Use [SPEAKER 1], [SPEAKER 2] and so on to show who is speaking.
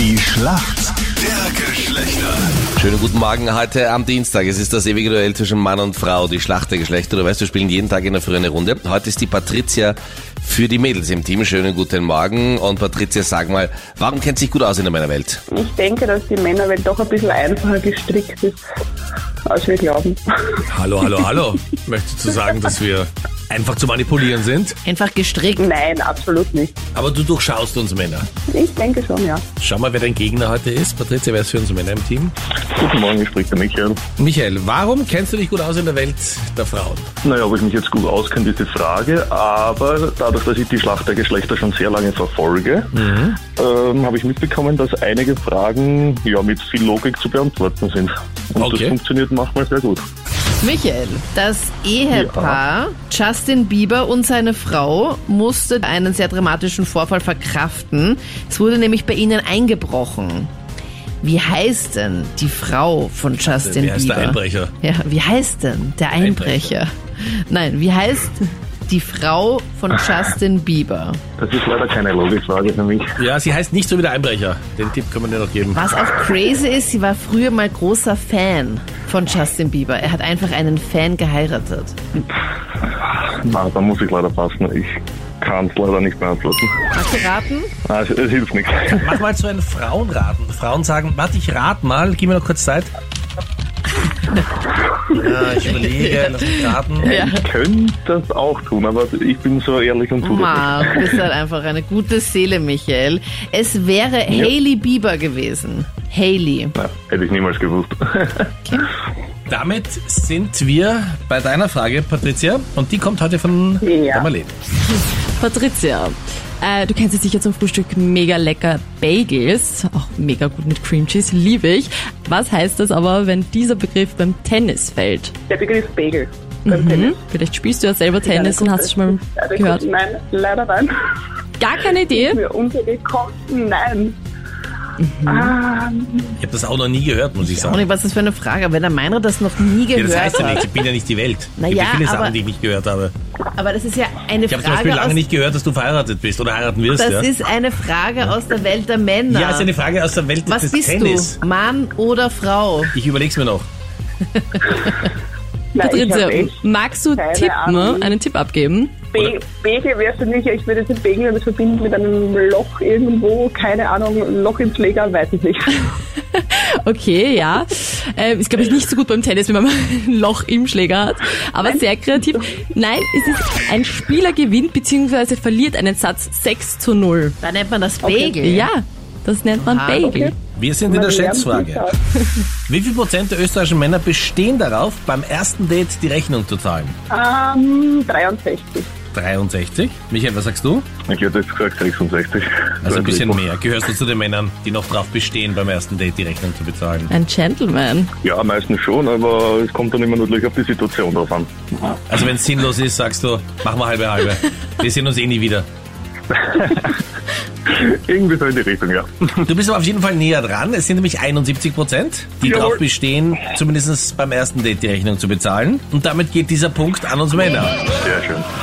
[SPEAKER 1] Schlacht der Geschlechter.
[SPEAKER 2] Schönen guten Morgen heute am Dienstag. Es ist das ewige Duell zwischen Mann und Frau, die Schlacht der Geschlechter. Du weißt, wir spielen jeden Tag in der frühen Runde. Heute ist die Patricia für die Mädels im Team. Schönen guten Morgen. Und Patricia, sag mal, warum kennt sich gut aus in der Männerwelt?
[SPEAKER 3] Ich denke, dass die Männerwelt doch ein bisschen einfacher gestrickt ist, als wir glauben.
[SPEAKER 4] Hallo, hallo, hallo. Möchtest du sagen, dass wir einfach zu manipulieren sind?
[SPEAKER 5] Einfach gestrickt.
[SPEAKER 3] Nein, absolut nicht.
[SPEAKER 4] Aber du durchschaust uns Männer.
[SPEAKER 3] Ich denke schon, ja.
[SPEAKER 4] Schau mal, wer dein Gegner heute ist. Patricia, wer ist für uns Männer im Team?
[SPEAKER 6] Guten Morgen, hier spricht der Michael.
[SPEAKER 4] Michael, warum kennst du dich gut aus in der Welt der Frauen?
[SPEAKER 6] Naja, ob ich mich jetzt gut auskenne, ist die Frage, aber dadurch, dass ich die Schlacht der Geschlechter schon sehr lange verfolge,
[SPEAKER 4] Mhm.
[SPEAKER 6] ähm, habe ich mitbekommen, dass einige Fragen ja mit viel Logik zu beantworten sind. Und
[SPEAKER 4] Okay.
[SPEAKER 6] das funktioniert manchmal sehr gut.
[SPEAKER 5] Michael, das Ehepaar Justin Bieber und seine Frau musste einen sehr dramatischen Vorfall verkraften. Es wurde nämlich bei ihnen eingebrochen. Wie heißt denn die Frau von Justin
[SPEAKER 4] Wer ist
[SPEAKER 5] Bieber?
[SPEAKER 4] der Einbrecher?
[SPEAKER 5] Ja, wie heißt denn der Einbrecher? Nein, wie heißt die Frau von Justin Bieber?
[SPEAKER 6] Das ist leider keine Logikfrage für mich.
[SPEAKER 4] Ja, sie heißt nicht so wie der Einbrecher. Den Tipp können wir dir noch geben.
[SPEAKER 5] Was auch crazy ist, sie war früher mal großer Fan von Justin Bieber. Er hat einfach einen Fan geheiratet.
[SPEAKER 6] Na, da muss ich leider passen. Ich kann es leider nicht beantworten.
[SPEAKER 5] Hast du raten?
[SPEAKER 6] Na, es, es hilft nichts.
[SPEAKER 4] Mach mal so einen Frauenraten. Frauen sagen, warte, ich rat mal, gib mir noch kurz Zeit. Ja, ich überlege, lass mich raten.
[SPEAKER 5] Ja.
[SPEAKER 6] Ich könnte das auch tun, aber ich bin so ehrlich und tue das
[SPEAKER 5] Ma, du bist halt einfach eine gute Seele, Michael. Es wäre Hailey Bieber gewesen. Hailey.
[SPEAKER 6] nicht. Nein, hätte ich niemals gewusst.
[SPEAKER 4] Damit sind wir bei deiner Frage, Patricia. Und die kommt heute von
[SPEAKER 3] Ja.
[SPEAKER 4] der Marlene.
[SPEAKER 7] Patricia, äh, du kennst jetzt sicher zum Frühstück mega lecker Bagels, auch mega gut mit Cream Cheese, liebe ich. Was heißt das aber, wenn dieser Begriff beim Tennis fällt?
[SPEAKER 3] Der Begriff Bagel beim Tennis.
[SPEAKER 7] Vielleicht spielst du ja selber Tennis und Mhm. hast es schon mal
[SPEAKER 3] Leider
[SPEAKER 7] gehört.
[SPEAKER 3] gut- Nein, leider nein.
[SPEAKER 7] Gar keine Idee.
[SPEAKER 3] Mir untergekommen, nein. Ah,
[SPEAKER 4] Ich habe das auch noch nie gehört, muss ich
[SPEAKER 5] Und
[SPEAKER 4] sagen.
[SPEAKER 5] ich weiß, das für eine Frage, aber wenn der Meiner das noch nie
[SPEAKER 4] Ja,
[SPEAKER 5] gehört
[SPEAKER 4] das heißt ja
[SPEAKER 5] hat.
[SPEAKER 4] nichts, ich bin ja nicht die Welt.
[SPEAKER 5] Na
[SPEAKER 4] ich
[SPEAKER 5] ja,
[SPEAKER 4] habe viele
[SPEAKER 5] aber-
[SPEAKER 4] Sachen, die ich nicht gehört habe.
[SPEAKER 5] Aber das ist ja eine
[SPEAKER 4] Ich habe zum Beispiel
[SPEAKER 5] Frage aus,
[SPEAKER 4] lange nicht gehört, dass du verheiratet bist oder heiraten wirst.
[SPEAKER 5] das
[SPEAKER 4] ja.
[SPEAKER 5] ist eine Frage aus der Welt der Männer.
[SPEAKER 4] ja, ist eine Frage aus der Welt
[SPEAKER 5] Was
[SPEAKER 4] des
[SPEAKER 5] bist
[SPEAKER 4] Tennis.
[SPEAKER 5] du, Mann oder Frau?
[SPEAKER 4] Ich überleg's mir noch.
[SPEAKER 3] nein, ich hab
[SPEAKER 7] Patricia,
[SPEAKER 3] echt
[SPEAKER 7] magst du
[SPEAKER 3] Keine
[SPEAKER 7] tippen,
[SPEAKER 3] Ahnung.
[SPEAKER 7] einen Tipp abgeben?
[SPEAKER 3] Be Begel wäre für mich, ich würde den Begel damit verbinden mit einem Loch irgendwo, keine Ahnung, Loch im Schläger, weiß ich nicht.
[SPEAKER 7] Okay, ja. Ähm, ist, glaube ich, nicht so gut beim Tennis, wenn man mal ein Loch im Schläger hat. Aber sehr kreativ. Nein, es ist ein Spieler gewinnt bzw. verliert einen Satz 6 zu 0.
[SPEAKER 5] Da nennt man das Bagel.
[SPEAKER 7] Ja, das nennt man
[SPEAKER 5] Aha,
[SPEAKER 7] Bagel.
[SPEAKER 4] Wir sind in der Schätzfrage. Wie viel Prozent der österreichischen Männer bestehen darauf, beim ersten Date die Rechnung zu zahlen?
[SPEAKER 3] Ähm, 63.
[SPEAKER 4] 63. Michael, was sagst du?
[SPEAKER 6] Ich hätte jetzt gesagt 66.
[SPEAKER 4] Also ein bisschen mehr. Gehörst du zu den Männern, die noch drauf bestehen, beim ersten Date die Rechnung zu bezahlen?
[SPEAKER 7] Ein Gentleman.
[SPEAKER 6] Ja, meistens schon, aber es kommt dann immer natürlich auf die Situation drauf an.
[SPEAKER 4] Also wenn es sinnlos ist, sagst du, machen wir halbe halbe. Wir sehen uns eh nie wieder.
[SPEAKER 6] Irgendwie so in die Richtung, ja.
[SPEAKER 4] Du bist aber auf jeden Fall näher dran. Es sind nämlich 71 Prozent, die
[SPEAKER 6] Jawohl.
[SPEAKER 4] darauf bestehen, zumindest beim ersten Date die Rechnung zu bezahlen. Und damit geht dieser Punkt an uns Männer.
[SPEAKER 6] Sehr schön.